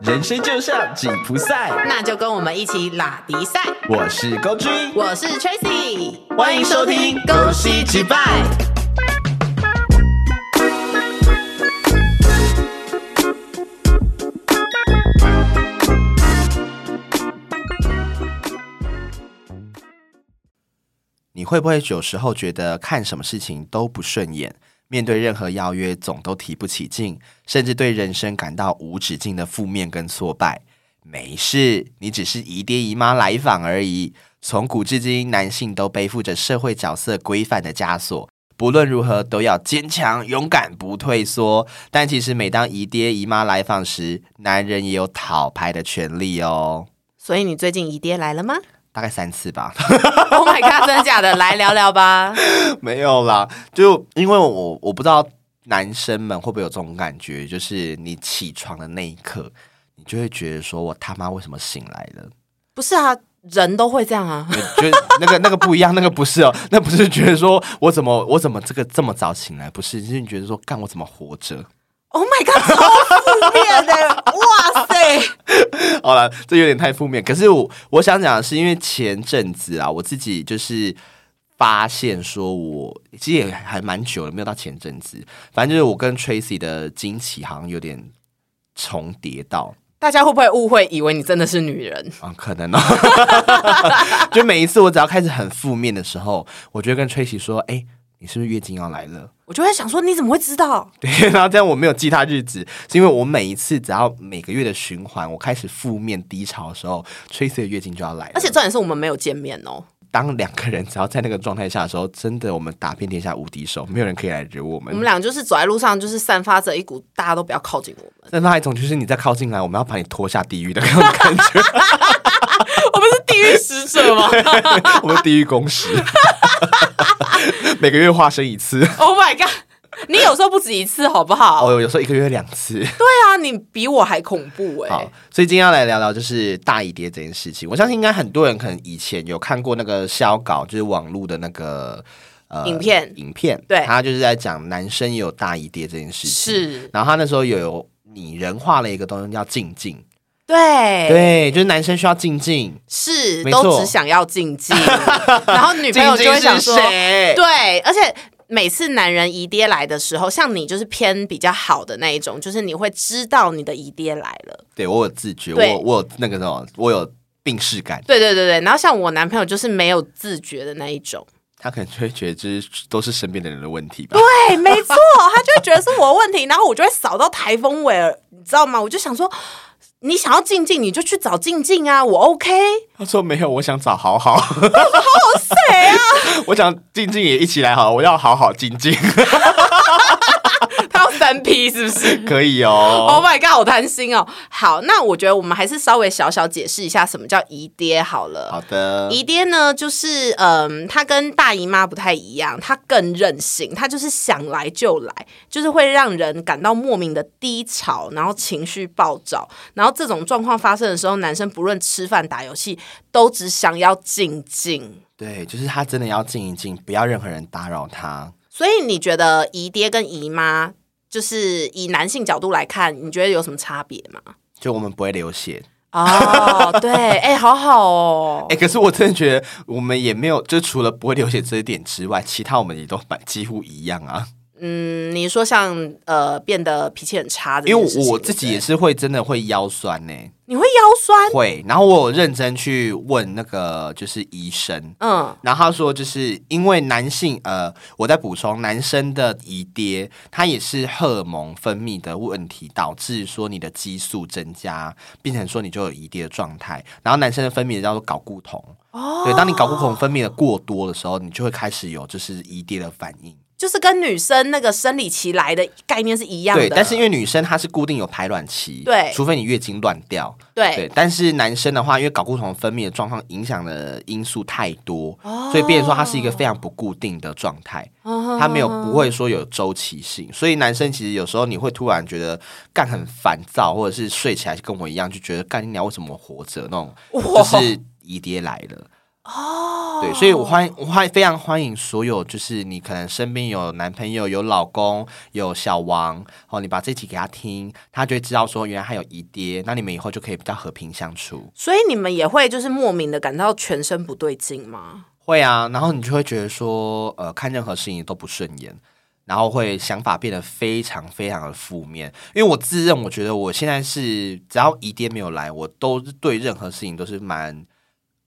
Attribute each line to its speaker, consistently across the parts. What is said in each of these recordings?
Speaker 1: 人生就像紧箍赛。
Speaker 2: 那就跟我们一起拉迪赛。
Speaker 1: 我是高君，
Speaker 2: 我是 Tracy，
Speaker 1: 欢迎收听《
Speaker 2: 恭
Speaker 1: 恭
Speaker 2: 喜
Speaker 1: 喜击
Speaker 2: 击
Speaker 1: 败
Speaker 2: 败》。》。
Speaker 1: 你会不会有时候觉得看什么事情都不顺眼，面对任何邀约总都提不起劲，甚至对人生感到无止境的负面跟挫败？没事，你只是姨爹姨妈来访而已。从古至今，男性都背负着社会角色规范的枷锁，不论如何都要坚强、勇敢、不退缩。但其实，每当姨爹姨妈来访时，男人也有讨牌的权利哦。
Speaker 2: 所以你最近姨爹来了吗
Speaker 1: 大概三次吧。
Speaker 2: ？Oh my god，真的假的？来聊聊吧。
Speaker 1: 没有啦，就因为我我不知道男生们会不会有这种感觉，就是你起床的那一刻，你就会觉得说我他妈为什么醒来了？
Speaker 2: 不是啊，人都会这样啊。
Speaker 1: 就那个那个不一样，那个不是哦， 那不是觉得说我怎么我怎么这个这么早醒来，不是，就是你觉得说干我怎么活着？
Speaker 2: Oh my god，超负面 的，哇塞！
Speaker 1: 好了，这有点太负面。可是我我想讲的是，因为前阵子啊，我自己就是发现说我，其实也还蛮久了，没有到前阵子。反正就是我跟 Tracy 的惊奇好像有点重叠到
Speaker 2: 大家会不会误会，以为你真的是女人？
Speaker 1: 啊，可能哦。 就每一次我只要开始很负面的时候，我就会跟 Tracy 说：“哎、你是不是月经要来了？”
Speaker 2: 我就会想说，你怎么会知道？
Speaker 1: 对， 然后这样我没有记他日子，是因为我每一次只要每个月的循环，我开始负面低潮的时候，Tracy 的月经就要来了。
Speaker 2: 而且重点是我们没有见面哦。
Speaker 1: 当两个人只要在那个状态下的时候，真的我们打遍天下无敌手，没有人可以来惹我
Speaker 2: 我们
Speaker 1: 们。
Speaker 2: 俩就是走在路上，就是散发着一股大家都不要靠近我们，
Speaker 1: 但那一种就是你再靠近来，我们要把你拖下地狱的那种感觉，
Speaker 2: 我们是地狱使者吗
Speaker 1: 我们地狱公使，每个月化身一次，
Speaker 2: ？Oh my god！你有时候不止一次，好不好？
Speaker 1: 哦，有时候一个月两次。
Speaker 2: 对啊，你比我还恐怖哎、
Speaker 1: 好，所以今天要来聊聊就是大姨爹这件事情。我相信应该很多人可能以前有看过那个消稿，就是网络的那个呃
Speaker 2: 影片
Speaker 1: 影片，
Speaker 2: 对
Speaker 1: 他就是在讲男生也有大姨爹这件事情。，
Speaker 2: 是，
Speaker 1: 然后他那时候有拟人化了一个东西叫静静，
Speaker 2: 对，
Speaker 1: 对，就是男生需要静静，
Speaker 2: 是，
Speaker 1: 没
Speaker 2: 都
Speaker 1: 错
Speaker 2: 只想要静静， 然后女朋友就会想说，
Speaker 1: 谁？
Speaker 2: 对，而且。每次男人姨爹来的时候，像你就是偏比较好的那一种，就是你会知道你的姨爹来了。
Speaker 1: 对我有自觉，我
Speaker 2: 对
Speaker 1: 有我有那个什么，我有病视感。
Speaker 2: 对对对对，然后像我男朋友就是没有自觉的那一种。
Speaker 1: 他可能就会觉得这是都是身边的人的问题吧。
Speaker 2: 对，没错，他就会觉得是我的问题，然后我就会扫到台风尾了，你知道吗？我就想说，你想要静静，你就去找静静啊，我 OK。
Speaker 1: 他说没有，我想找好好，
Speaker 2: 谁啊？
Speaker 1: 我想静静也一起来好，我要好好静静，
Speaker 2: 他要三 P 是不 是
Speaker 1: 可以哦。
Speaker 2: ？Oh my god，好贪心哦。好，那我觉得我们还是稍微小小解释一下什么叫姨爹好了。
Speaker 1: 好的，
Speaker 2: 姨爹呢，就是嗯，他跟大姨妈不太一样，他更任性，他就是想来就来，就是会让人感到莫名的低潮，然后情绪暴躁，然后这种状况发生的时候，男生不论吃饭、打游戏，都只想要静静。
Speaker 1: 对，就是他真的要静一静，不要任何人打扰他。
Speaker 2: 所以你觉得姨爹跟姨妈，就是以男性角度来看，你觉得有什么差别吗？
Speaker 1: 就我们不会流血，
Speaker 2: 哦，对，哎、好好哦
Speaker 1: 哎、，可是我真的觉得我们也没有，就除了不会流血这一点之外，其他我们也都蛮几乎一样啊。
Speaker 2: 嗯，你说像呃，变得脾气很差这
Speaker 1: 因
Speaker 2: 件
Speaker 1: 为
Speaker 2: 事情，
Speaker 1: 我自己
Speaker 2: 对
Speaker 1: 也
Speaker 2: 不对
Speaker 1: 是会真的会腰酸呢、
Speaker 2: 你会腰酸，
Speaker 1: 会。然后我有认真去问那个就是医生，
Speaker 2: 嗯，
Speaker 1: 然后他说就是因为男性呃，我在补充男生的胰爹，它也是荷尔蒙分泌的问题，导致说你的激素增加，变成说你就有胰爹的状态。然后男生的分泌叫做睾固酮，
Speaker 2: 哦
Speaker 1: 对，当你睾固酮分泌的过多的时候，你就会开始有就是胰爹的反应。
Speaker 2: 就是跟女生那个生理期来的概念是一样的，
Speaker 1: 对，但是因
Speaker 2: 为
Speaker 1: 为女生她是固定有排卵期，
Speaker 2: 对
Speaker 1: 除非你月经乱掉，
Speaker 2: 对
Speaker 1: 对，但是男生的话，因为睾固酮分泌的状况影响的因素太多，所以变成说它是一个非常不固定的状态，它没有不会说有周期性，所以男生其实有时候你会突然觉得干很烦躁，或者是睡起来跟我一样就觉得干你娘为什么我活着那种，就是姨爹来了。
Speaker 2: 哦，
Speaker 1: 对，所以我欢我欢非常欢迎所有，就是你可能身边有男朋友、有老公、有小王，哦，你把这题给他听，他就会知道说原来还有姨爹，那你们以后就可以比较和平相处。
Speaker 2: 所以你们也会就是莫名的感到全身不对劲吗？
Speaker 1: 会啊，然后你就会觉得说，呃，看任何事情都不顺眼，然后会想法变得非常非常的负面。因为我自认我觉得我现在是只要姨爹没有来，我都是对任何事情都是蛮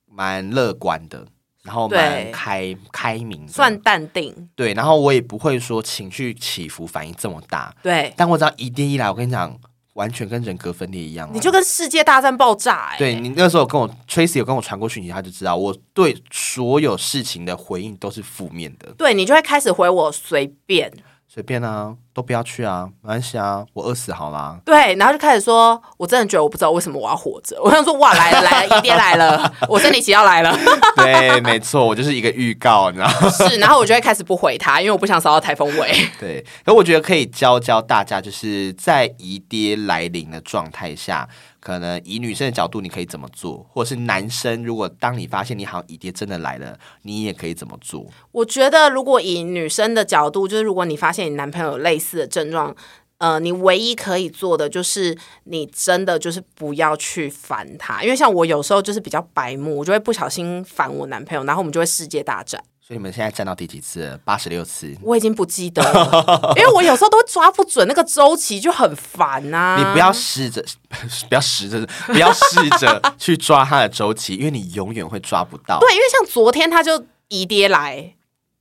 Speaker 1: 蛮乐观的，然后蛮
Speaker 2: 对
Speaker 1: 开开明的，
Speaker 2: 算淡定，
Speaker 1: 对，然后我也不会说情绪起伏反应这么大，
Speaker 2: 对，
Speaker 1: 但我只要一跌一来，我跟你讲，完全跟人格分裂一样哦、
Speaker 2: 你就跟世界大战爆炸、欸，
Speaker 1: 对你那时候跟我 Tracy 有跟我传过讯息，他就知道我对所有事情的回应都是负面的，
Speaker 2: 对你就会开始回我随便，
Speaker 1: 随便啊，都不要去啊，没关系啊，我饿死好啦。
Speaker 2: 对，然后就开始说，我真的觉得我不知道为什么我要活着。我想说，哇，来了来了，姨爹来了，我生理期要来了，
Speaker 1: 对，没错，我就是一个预告，你知道吗。
Speaker 2: 是， 然后我就会开始不回他，因为我不想扫到台风尾。
Speaker 1: 对，可我觉得可以教教大家，就是在姨爹来临的状态下，可能以女生的角度你可以怎么做，或者是男生，如果当你发现你好像姨爹真的来了，你也可以怎么做。
Speaker 2: 我觉得，如果以女生的角度，就是如果你发现你男朋友有类似的症状，呃，你唯一可以做的就是，你真的就是不要去烦他，因为像我有时候就是比较白目，我就会不小心烦我男朋友，然后我们就会世界大战。
Speaker 1: 所以你们现在站到第几次了？八十六次。
Speaker 2: 我已经不记得 了，因为我有时候都会抓不准那个周期，就很烦啊呐、
Speaker 1: 你不要试着， 不要试着，不要试 着去抓它的周期，因为你永远会抓不到。
Speaker 2: 对，因为像昨天他就姨爹来，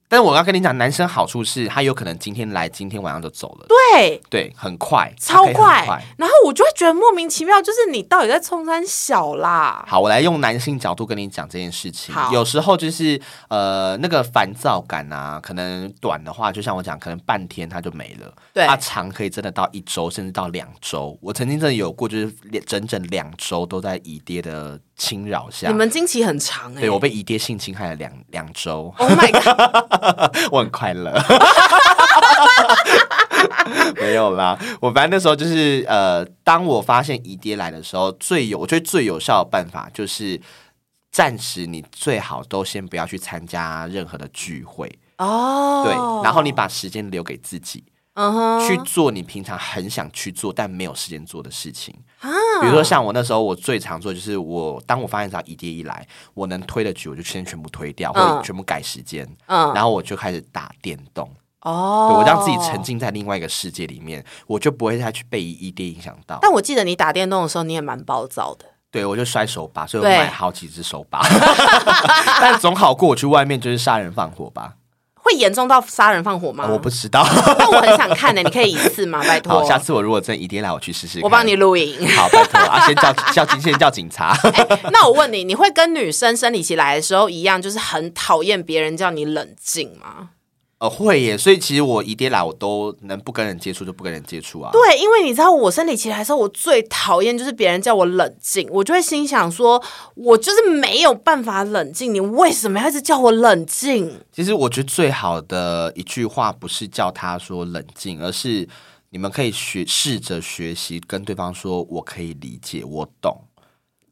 Speaker 1: 但是我要跟你讲，男生好处是他有可能今天来，今天晚上就走了。
Speaker 2: 对，
Speaker 1: 对，很快，
Speaker 2: 超
Speaker 1: 他可以很
Speaker 2: 快。
Speaker 1: 快
Speaker 2: 然后我就会觉得莫名其妙，就是你到底在冲山小啦？
Speaker 1: 好，我来用男性角度跟你讲这件事情
Speaker 2: 好。
Speaker 1: 有时候就是呃，那个烦躁感啊，可能短的话，就像我讲，可能半天它就没了。
Speaker 2: 对
Speaker 1: 它长可以真的到一周，甚至到两周。我曾经真的有过，就是连整整两周都在姨爹的侵扰下
Speaker 2: 你。们经期很长哎、
Speaker 1: 对我被姨爹性侵害了两两周，
Speaker 2: Oh my god！
Speaker 1: 我很快乐。 没有啦，我反正那时候就是呃，当我发现姨爹来的时候，最有我觉得最有效的办法就是，暂时你最好都先不要去参加任何的聚会，
Speaker 2: 哦，
Speaker 1: 对，然后你把时间留给自己，
Speaker 2: 嗯哼
Speaker 1: 去做你平常很想去做但没有时间做的事情。
Speaker 2: 啊，
Speaker 1: 比如说像我那时候，我最常做就是我当我发现只要一跌一来，我能推的局我就先全部推掉，或者
Speaker 2: 嗯
Speaker 1: 全部改时间，
Speaker 2: 嗯
Speaker 1: 然后我就开始打电动，
Speaker 2: 哦
Speaker 1: 对我让自己沉。浸在另外一个世界里面，我就不会再去被一跌影响到。
Speaker 2: 但我记得你打电动的时候，你也蛮暴躁的。
Speaker 1: 对我就摔手把，所以我
Speaker 2: 对
Speaker 1: 买好几只手把， 但总好过我去外面就是杀人放火吧。
Speaker 2: 会严重到杀人放火吗？
Speaker 1: 啊我，不知道，
Speaker 2: 但我很想看欸呢、你可以一次 吗？拜托，
Speaker 1: 好，下次我如果真一跌来，我去试试看。
Speaker 2: 我帮你录影。
Speaker 1: 好，拜托啊，先叫叫先叫警察。
Speaker 2: 那我问你，你会跟女生生理期来的时候一样，就是很讨厌别人叫你冷静吗？
Speaker 1: 呃，会耶，所以其实我一跌来，我都能不跟人接触就不跟人接触啊。
Speaker 2: 对，因为你知道我生理期来的时候，我最讨厌就是别人叫我冷静，我就会心想说，我就是没有办法冷静，你为什么要一直叫我冷静？
Speaker 1: 其实我觉得最好的一句话不是叫他说冷静，而是你们可以学试着学习跟对方说我可以理解，我懂。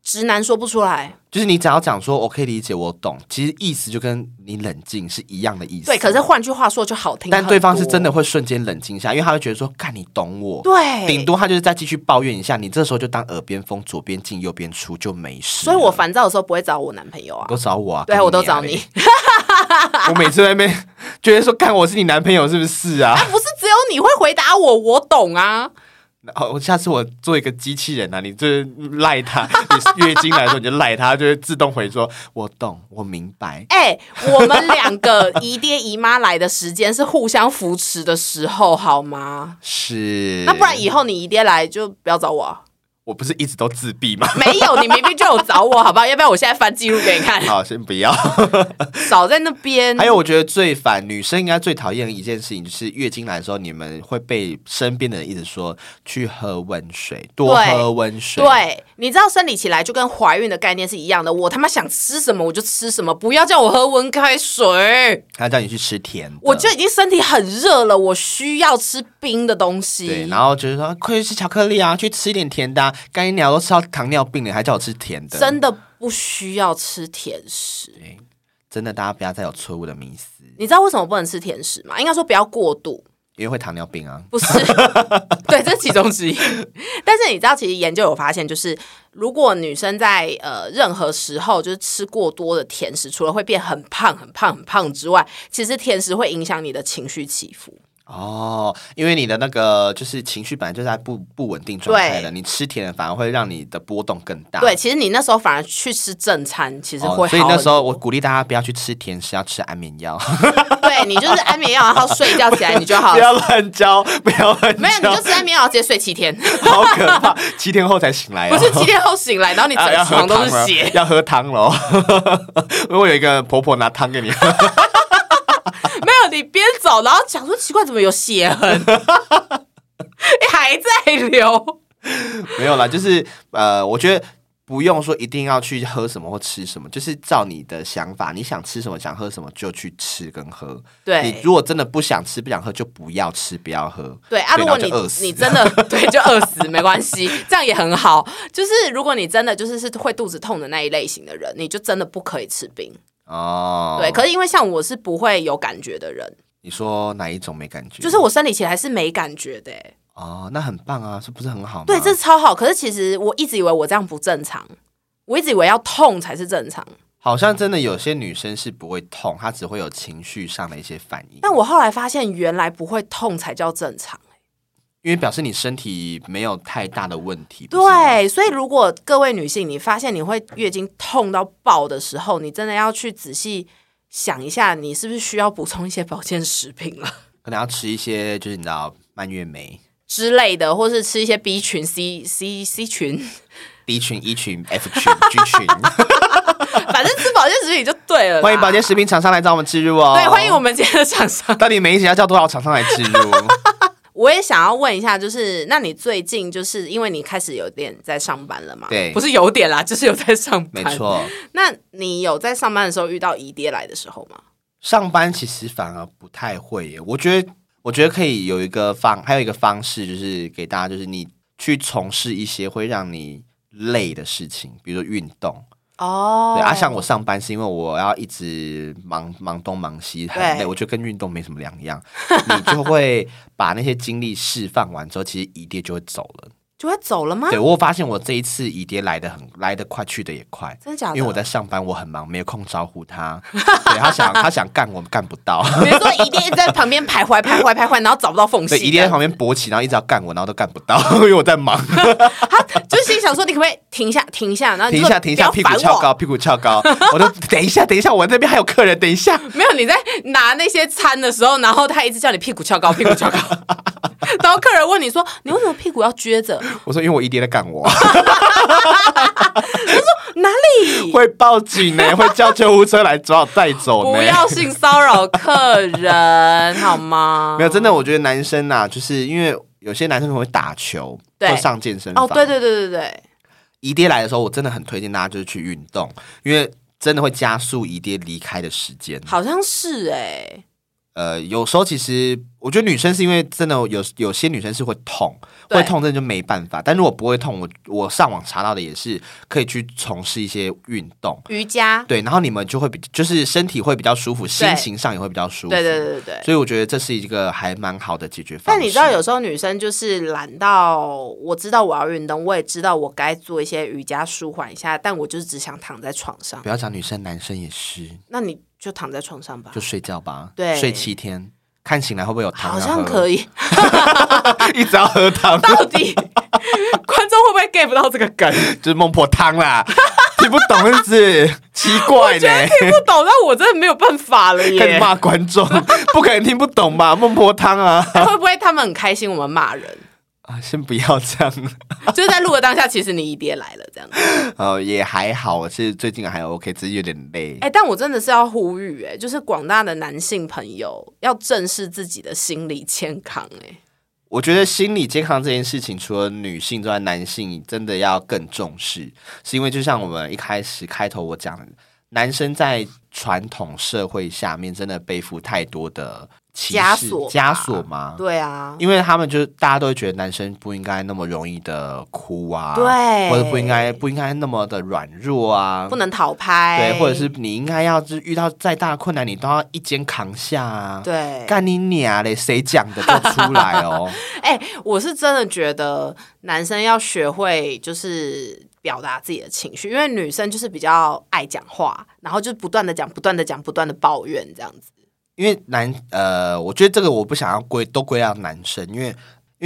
Speaker 2: 直男说不出来，
Speaker 1: 就是你只要讲说我可以理解，我懂，其实意思就跟你冷静是一样的意思。
Speaker 2: 对，可是换句话说就好听很多，
Speaker 1: 但对方是真的会瞬间冷静下，因为他会觉得说，看你懂我。
Speaker 2: 对，
Speaker 1: 顶多他就是再继续抱怨一下，你这时候就当耳边风，左边进右边出就没事了。
Speaker 2: 所以我烦躁的时候不会找我男朋友啊
Speaker 1: 都，找我啊，
Speaker 2: 对
Speaker 1: 干
Speaker 2: 我都
Speaker 1: 你娘
Speaker 2: 找
Speaker 1: 嘞
Speaker 2: 你，
Speaker 1: 我每次在那边觉得说，看我是你男朋友是不是啊？
Speaker 2: 不是只有你会回答我，我懂啊，
Speaker 1: 哦，我下次我做一个机器人啊，你就是赖他，你月经来的时候你就赖他，就会自动回说，我懂，我明白。
Speaker 2: 哎、我们两个姨爹姨妈来的时间是互相扶持的时候，好吗？
Speaker 1: 是，
Speaker 2: 那不然以后你姨爹来就不要找我啊、
Speaker 1: 我不是一直都自闭 吗？
Speaker 2: 没有，你明明就有找我，好不好？要不然我现在翻记录给你看，
Speaker 1: 好，先不要。
Speaker 2: 少在那边
Speaker 1: 还。有，我觉得最烦女生应该最讨厌的一件事情，就是月经来的时候，你们会被身边的人一直说去喝温水，多
Speaker 2: 对
Speaker 1: 喝温水。
Speaker 2: 对，你知道生理期来就跟怀孕的概念是一样的，我他妈想吃什么我就吃什么，不要叫我喝温开水。
Speaker 1: 他叫你去吃甜的，
Speaker 2: 我就已经身体很热了，我需要吃冰的东西。
Speaker 1: 对，然后就是说，快去吃巧克力啊，去吃一点甜的、啊。干你鸟都吃到糖尿病了，你还叫我吃甜的？
Speaker 2: 真的不需要吃甜食。
Speaker 1: 对。真的大家不要再有错误的迷思，
Speaker 2: 你知道为什么不能吃甜食吗？应该说不要过度，
Speaker 1: 因为会糖尿病啊。
Speaker 2: 不是， 对，这是其中之一。但是你知道，其实研究有发现，就是如果女生在呃任何时候就是吃过多的甜食，除了会变很胖、很胖、很胖之外，其实甜食会影响你的情绪起伏。
Speaker 1: 哦，因为你的那个就是情绪本来就在不不稳定状态的，你吃甜的反而会让你的波动更大。
Speaker 2: 对，其实你那时候反而去吃正餐，其实
Speaker 1: 哦
Speaker 2: 会好、
Speaker 1: 所以那时候我鼓励大家不要去吃甜食，要吃安眠药，
Speaker 2: 对你就是安眠药，然后睡觉起来你就 好
Speaker 1: 不。要乱交， 不要乱交，
Speaker 2: 没有，你就吃安眠药，直接睡七天，
Speaker 1: 好可怕，七天后才醒来、哦，
Speaker 2: 不是七天后醒来，然后你整
Speaker 1: 啊，
Speaker 2: 个
Speaker 1: 要喝
Speaker 2: 床都
Speaker 1: 汤
Speaker 2: 是
Speaker 1: 了
Speaker 2: 血，
Speaker 1: 要喝汤喽。 我有一个婆婆拿汤给你喝，
Speaker 2: 没有，你边走，然后想说奇怪，怎么有血痕， 哎还在流。
Speaker 1: 没有啦，就是呃，我觉得。不用说一定要去喝什么或吃什么，就是照你的想法，你想吃什么想喝什么就去吃跟喝。你
Speaker 2: 对
Speaker 1: 如果真的不想吃不想喝，就不要吃不要喝。
Speaker 2: 对啊，
Speaker 1: 对
Speaker 2: 如
Speaker 1: 然后
Speaker 2: 果你
Speaker 1: 就饿死
Speaker 2: 你真的 对就饿死没关系，这样也很好。就是如果你真的就是是会肚子痛的那一类型的人，你就真的不可以吃冰。
Speaker 1: 哦，
Speaker 2: 对，可是因为像我是不会有感觉的人，
Speaker 1: 你说哪一种没感觉？
Speaker 2: 就是我生理期还是没感觉的欸、
Speaker 1: 哦，那很棒啊，是不是很好吗？
Speaker 2: 对，这超好。可是其实我一直以为我这样不正常，我一直以为要痛才是正常。
Speaker 1: 好像真的有些女生是不会痛，她只会有情绪上的一些反应。
Speaker 2: 但我后来发现，原来不会痛才叫正常。
Speaker 1: 因为表示你身体没有太大的问题，不是吗，
Speaker 2: 对，所以如果各位女性，你发现你会月经痛到爆的时候，你真的要去仔细想一下，你是不是需要补充一些保健食品了
Speaker 1: 可能要吃一些就是你知道蔓越莓
Speaker 2: 之类的，或是吃一些 B 群、C、C、C 群，
Speaker 1: B 群、E 群、F 群、G 群。
Speaker 2: 反正吃保健食品就对了啦。
Speaker 1: 欢迎保健食品厂商来找我们植入哦。
Speaker 2: 对，欢迎我。们今天的厂商。
Speaker 1: 到底每一集要叫多少厂商来植 入？
Speaker 2: 我也想要问一下，就是那你最近就是因为你开始有点在上班了嘛？
Speaker 1: 对
Speaker 2: 不是有点啦，就是有在上
Speaker 1: 没
Speaker 2: 班。。
Speaker 1: 错，
Speaker 2: 那你有在上班的时候遇到姨爹来的时候吗？
Speaker 1: 上班其实反而不太会耶。我觉得，我觉得可以有一个方，还有一个方式就是给大家，就是你去从事一些会让你累的事情，比如说运动。
Speaker 2: 哦
Speaker 1: 对啊，像我上班是因为我要一直忙忙东忙西，很累，
Speaker 2: 对
Speaker 1: 我觉得跟运动没什么两样。你就会把那些精力释放完之后，其实姨爹就会走了。
Speaker 2: 就会走了吗？
Speaker 1: 对我发现我这一次姨爹来的很来的快，去的也快。
Speaker 2: 真的假的？
Speaker 1: 因为我在上班，我很忙，没有空招呼他。对他想，他想干，我干不到。
Speaker 2: 比如说姨爹一直在旁边徘徊徘徊徘徊，然后找不到缝隙，
Speaker 1: 对，姨爹在旁边勃起，然后一直要干我，然后都干不到， 因为我在忙。
Speaker 2: 就是心想说你可不可以停一下停一下，然后你
Speaker 1: 停一
Speaker 2: 就
Speaker 1: 下，
Speaker 2: 说
Speaker 1: 停一下，
Speaker 2: 不
Speaker 1: 屁
Speaker 2: 要
Speaker 1: 股
Speaker 2: 烦
Speaker 1: 翘
Speaker 2: 我。
Speaker 1: 高，屁股翘高。 我都等一下，等一下，我那边还有客人，等一下。
Speaker 2: 没有，你在拿那些餐的时候，然后他一直叫你屁股翘高，屁股翘高。 然后客人问你说：“你为什么屁股要撅着？
Speaker 1: 我说，因为我姨爹在干 我，
Speaker 2: 哪里？”
Speaker 1: 会报警 呢，会叫救护车来抓我带走呢
Speaker 2: 不。要性骚扰客人好吗？
Speaker 1: 没有，真的，我觉得男生呐、就是因为有些男生可能会打球，
Speaker 2: 对
Speaker 1: 或上健身房。
Speaker 2: 哦，对对对对对，
Speaker 1: 姨爹来的时候，我真的很推荐大家就是去运动，因为真的会加速姨爹离开的时间。
Speaker 2: 好像是哎、
Speaker 1: 呃，有时候其实我觉得女生是因为真的有有些女生是会痛，
Speaker 2: 对
Speaker 1: 会痛真的就没办法。但如果不会痛，我我上网查到的也是可以去从事一些运动，
Speaker 2: 瑜伽，
Speaker 1: 对，然后你们就会比就是身体会比较舒服，心
Speaker 2: 对
Speaker 1: 情上也会比较舒服。
Speaker 2: 对对对对对。
Speaker 1: 所以我觉得这是一个还蛮好的解决方式。
Speaker 2: 但你知道，有时候女生就是懒到，我知道我要运动，我也知道我该做一些瑜伽舒缓一下，但我就是只想躺在床上。
Speaker 1: 不要讲女生，男生也是，
Speaker 2: 那你就躺在床上吧
Speaker 1: 就，睡觉吧，
Speaker 2: 对
Speaker 1: 睡七天，看醒来会不会有糖、啊？
Speaker 2: 好像可
Speaker 1: 以，
Speaker 2: 以。
Speaker 1: 一直要喝汤，
Speaker 2: 到底观众会不会 get 不到这个梗？
Speaker 1: 就是孟婆汤啦， 听不懂是不是？奇怪呢、
Speaker 2: 听不懂，那我真的没有办法 了
Speaker 1: 开始
Speaker 2: 耶。
Speaker 1: 骂观众，不可能听不懂吧？孟婆汤啊
Speaker 2: 会不会他们很开心我们骂人？
Speaker 1: 啊，先不要这 样。
Speaker 2: 就是在录的当下，其实你姨爹来了这样子。
Speaker 1: 呃，也还好，其实最近还 OK，只是有点累。
Speaker 2: 哎、但我真的是要呼吁，哎，就是广大的男性朋友要正视自己的心理健康、哎，
Speaker 1: 我觉得心理健康这件事情，除了女性之外，男性真的要更重视，是因为就像我们一开始开头我讲的，男生在传统社会下面真的背负太多的歧视
Speaker 2: 枷锁
Speaker 1: 枷
Speaker 2: 吧
Speaker 1: 锁吗？
Speaker 2: 对啊，
Speaker 1: 因为他们就大家都会觉得男生不应该那么容易的哭啊，
Speaker 2: 对
Speaker 1: 或者不应该不应该那么的软弱啊，
Speaker 2: 不能逃拍，
Speaker 1: 对，或者是你应该要就是遇到再大的困难，你都要一肩扛下啊。
Speaker 2: 对，
Speaker 1: 干你娘嘞！谁讲的都出来哦。
Speaker 2: 哎、我是真的觉得男生要学会就是表达自己的情绪，因为女生就是比较爱讲话，然后就不断的讲、不断的讲、不断的抱怨这样子。
Speaker 1: 因为男呃，我觉得这个我不想要归都归到男生，因为因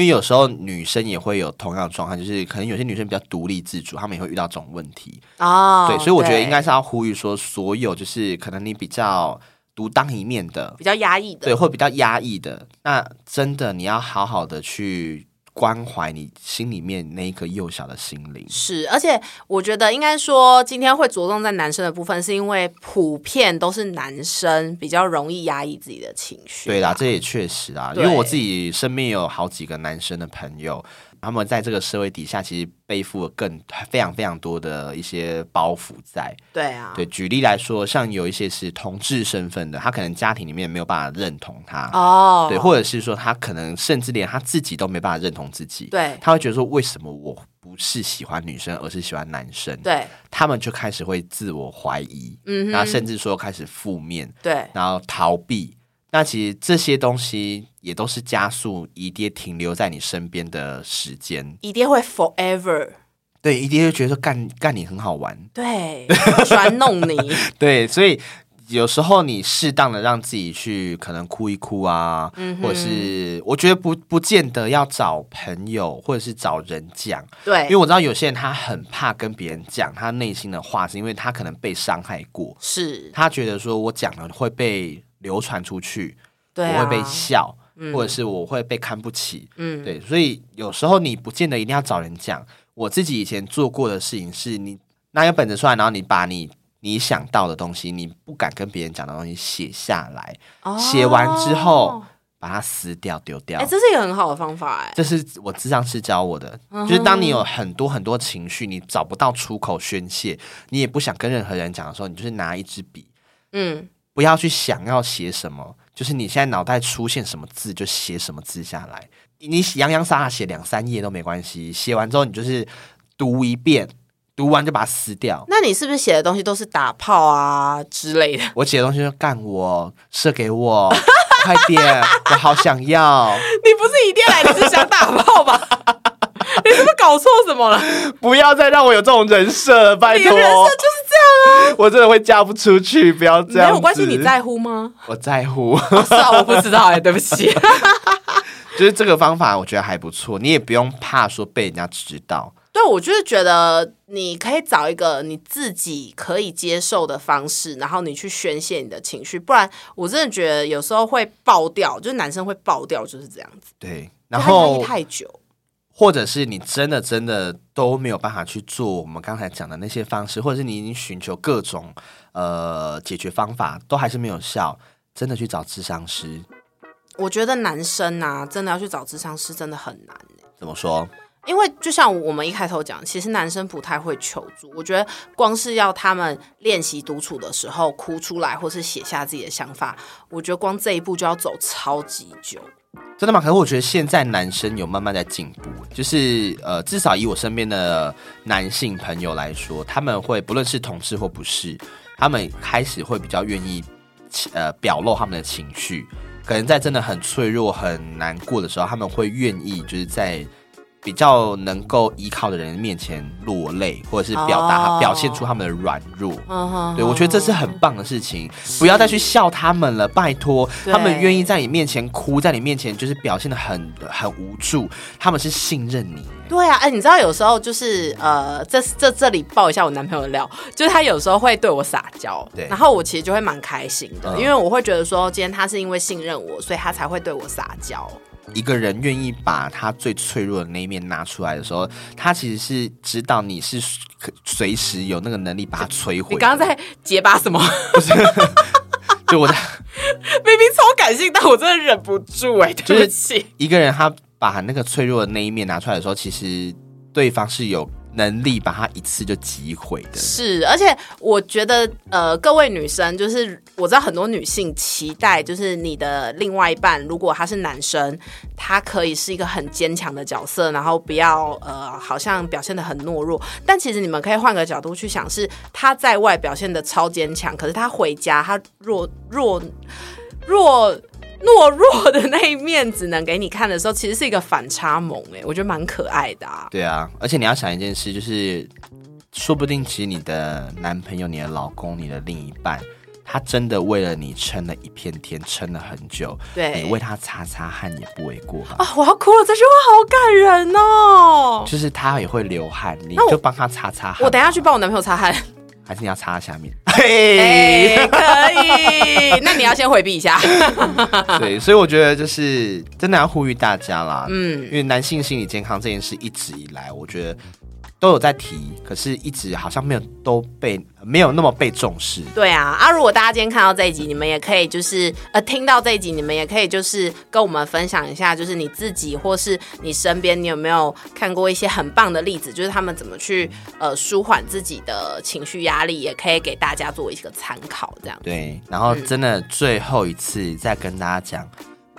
Speaker 1: 为有时候女生也会有同样的状况，就是可能有些女生比较独立自主，她们也会遇到这种问题。
Speaker 2: 哦，
Speaker 1: 对，所以我觉得应该是要呼吁说，所有就是可能你比较独当一面的，
Speaker 2: 比较压抑
Speaker 1: 对，
Speaker 2: 的，
Speaker 1: 或比较压抑的，那真的你要好好的去关怀你心里面那一颗幼小的心灵。
Speaker 2: 是。而且我觉得应该说，今天会着重在男生的部分，是因为普遍都是男生比较容易压抑自己的情绪。啊
Speaker 1: 对啦，这也确实啊，因
Speaker 2: 对
Speaker 1: 为我自己身边有好几个男生的朋友，他们在这个社会底下，其实背负了更非常非常多的一些包袱在。
Speaker 2: 对啊，
Speaker 1: 对，举例来说，像有一些是同志身份的，他可能家庭里面没有办法认同他，
Speaker 2: 哦，
Speaker 1: 对，或者是说他可能甚至连他自己都没办法认同自己，
Speaker 2: 对
Speaker 1: 他会觉得说为什么我不是喜欢女生，而是喜欢男生？
Speaker 2: 对
Speaker 1: 他们就开始会自我怀疑，
Speaker 2: 嗯哼
Speaker 1: 然后甚至说开始负面，
Speaker 2: 对
Speaker 1: 然后逃避。那其实这些东西也都是加速姨爹停留在你身边的时间。
Speaker 2: 一定会 forever。
Speaker 1: 对，姨爹就觉得说干干你很好玩。
Speaker 2: 对，喜欢弄 你，
Speaker 1: 对，所以有时候你适当的让自己去可能哭一哭啊，或者是我觉得不不见得要找朋友或者是找人讲，
Speaker 2: 对，
Speaker 1: 因为我知道有些人他很怕跟别人讲他内心的话，是因为他可能被伤害过，
Speaker 2: 是，
Speaker 1: 他觉得说我讲了会被流传出去，
Speaker 2: 对、啊，
Speaker 1: 我会被笑，或者是我会被看不起。
Speaker 2: 嗯，
Speaker 1: 对，所以有时候你不见得一定要找人讲。我自己以前做过的事情是你拿一个本子出来，然后你把你你想到的东西，你不敢跟别人讲的东西写下来，
Speaker 2: 哦
Speaker 1: 写完之后，把它撕掉丢掉。
Speaker 2: 哎、哦这是一个很好的方法、哎，
Speaker 1: 这是我智障师教我的，
Speaker 2: 嗯
Speaker 1: 就是当你有很多很多情绪，你找不到出口宣泄，你也不想跟任何人讲的时候，你就是拿一支笔，
Speaker 2: 嗯，
Speaker 1: 不要去想要写什么，就是你现在脑袋出现什么字就写什么字下来。你洋洋洒洒写两三页都没关系，写完之后你就是读一遍，读完就把它撕掉。
Speaker 2: 那你是不是写的东西都是打炮啊之类的？
Speaker 1: 我写的东西就干我，射给我， 快点，我好想要，
Speaker 2: 你不是一天来你是想打炮 吧？你是不是搞错什么了？
Speaker 1: 不要再让我有这种人设了，拜
Speaker 2: 你的
Speaker 1: 托
Speaker 2: 人，设就是这样啊，
Speaker 1: 我真的会嫁不出去，不要这样。
Speaker 2: 没有关系，你，在乎 吗？
Speaker 1: 我在乎。
Speaker 2: 哦是啊，我不知道哎、对不起。
Speaker 1: 就是这个方法，我觉得还不错，你也不用怕说被人家知道。
Speaker 2: 对，我就是觉得你可以找一个你自己可以接受的方式，然后你去宣泄你的情绪，不然我真的觉得有时候会爆掉，就是男生会爆掉就是这样子，
Speaker 1: 对，然
Speaker 2: 就他压抑
Speaker 1: 后
Speaker 2: 太久。
Speaker 1: 或者是你真的真的都没有办法去做我们刚才讲的那些方式，或者是你已经寻求各种呃解决方法，都还是没有效，真的去找智商师。
Speaker 2: 我觉得男生啊，真的要去找智商师真的很难欸、
Speaker 1: 怎么说？
Speaker 2: 因为就像我们一开头讲，其实男生不太会求助。我觉得光是要他们练习独处的时候哭出来，或是写下自己的想法，我觉得光这一步就要走超级久。
Speaker 1: 真的吗？可是我觉得现在男生有慢慢在进步，就是呃，至少以我身边的男性朋友来说，他们会不论是同事或不是，他们开始会比较愿意呃表露他们的情绪，可能在真的很脆弱、很难过的时候，他们会愿意就是在比较能够依靠的人面前落泪，或者是表达、
Speaker 2: 哦
Speaker 1: 表现出他们的软弱。
Speaker 2: 嗯哼
Speaker 1: 对，我觉得这是很棒的事情，不要再去笑他们了，拜托，
Speaker 2: 对
Speaker 1: 他们愿意在你面前哭，在你面前就是表现的很很无助，他们是信任你。
Speaker 2: 对啊，哎、你知道有时候就是呃，这这这里爆一下我男朋友的料，就是他有时候会对我撒娇，
Speaker 1: 对
Speaker 2: 然后我其实就会蛮开心的，
Speaker 1: 嗯
Speaker 2: 因为我会觉得说今天他是因为信任我，所以他才会对我撒娇。
Speaker 1: 一个人愿意把他最脆弱的那一面拿出来的时候，他其实是知道你是可随时有那个能力把他摧毁的。
Speaker 2: 你刚刚在结巴什么？
Speaker 1: 就 我在
Speaker 2: 明明超感性，但我真的忍不住哎、
Speaker 1: 就
Speaker 2: 对
Speaker 1: 是
Speaker 2: 不起。
Speaker 1: 一个人他把那个脆弱的那一面拿出来的时候，其实对方是有能力把它一次就击毁的。
Speaker 2: 是，而且我觉得，呃，各位女生，就是我知道很多女性期待，就是你的另外一半，如果他是男生，他可以是一个很坚强的角色，然后不要呃，好像表现的很懦弱。但其实你们可以换个角度去想，是他在外表现的超坚强，可是他回家，他弱弱弱。懦弱的那一面只能给你看的时候，其实是一个反差萌哎、我觉得蛮可爱的啊。
Speaker 1: 对啊，而且你要想一件事，就是说不定其实你的男朋友、你的老公、你的另一半，他真的为了你撑了一片天，撑了很久，
Speaker 2: 对
Speaker 1: 你为他擦擦汗也不为过吧？
Speaker 2: 啊、我要哭了！这句话好感人哦。
Speaker 1: 就是他也会流汗，你
Speaker 2: 那我
Speaker 1: 就帮他擦擦汗。
Speaker 2: 我等一下去帮我男朋友擦汗。
Speaker 1: 还是你要擦下面？
Speaker 2: 哎、
Speaker 1: 嘿，
Speaker 2: 可以。那你要先回避一下。
Speaker 1: 对，所以我觉得就是真的要呼吁大家啦，
Speaker 2: 嗯
Speaker 1: 因为男性心理健康这件事一直以来，我觉得都有在提，可是一直好像没有都被没有那么被重视。
Speaker 2: 对啊，啊，如果大家今天看到这一集，你们也可以就是呃听到这一集，你们也可以就是跟我们分享一下，就是你自己或是你身边，你有没有看过一些很棒的例子，就是他们怎么去呃舒缓自己的情绪压力，也可以给大家做一个参考，这样。
Speaker 1: 对，然后真的最后一次再跟大家讲，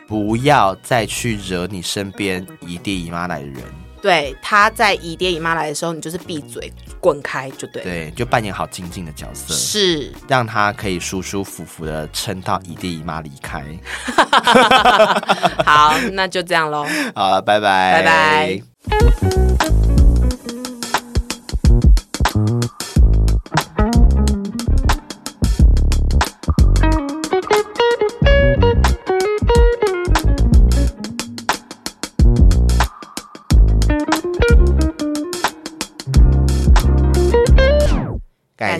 Speaker 1: 不要再去惹你身边姨爹姨妈来的人，
Speaker 2: 对，他在姨爹姨妈来的时候，你就是闭嘴滚开就对了。
Speaker 1: 对，就扮演好静静的角色，
Speaker 2: 是，
Speaker 1: 让他可以舒舒服服的撑到姨爹姨妈离开。
Speaker 2: 好，那就这样喽。
Speaker 1: 好了，拜拜，
Speaker 2: 拜拜。
Speaker 1: 感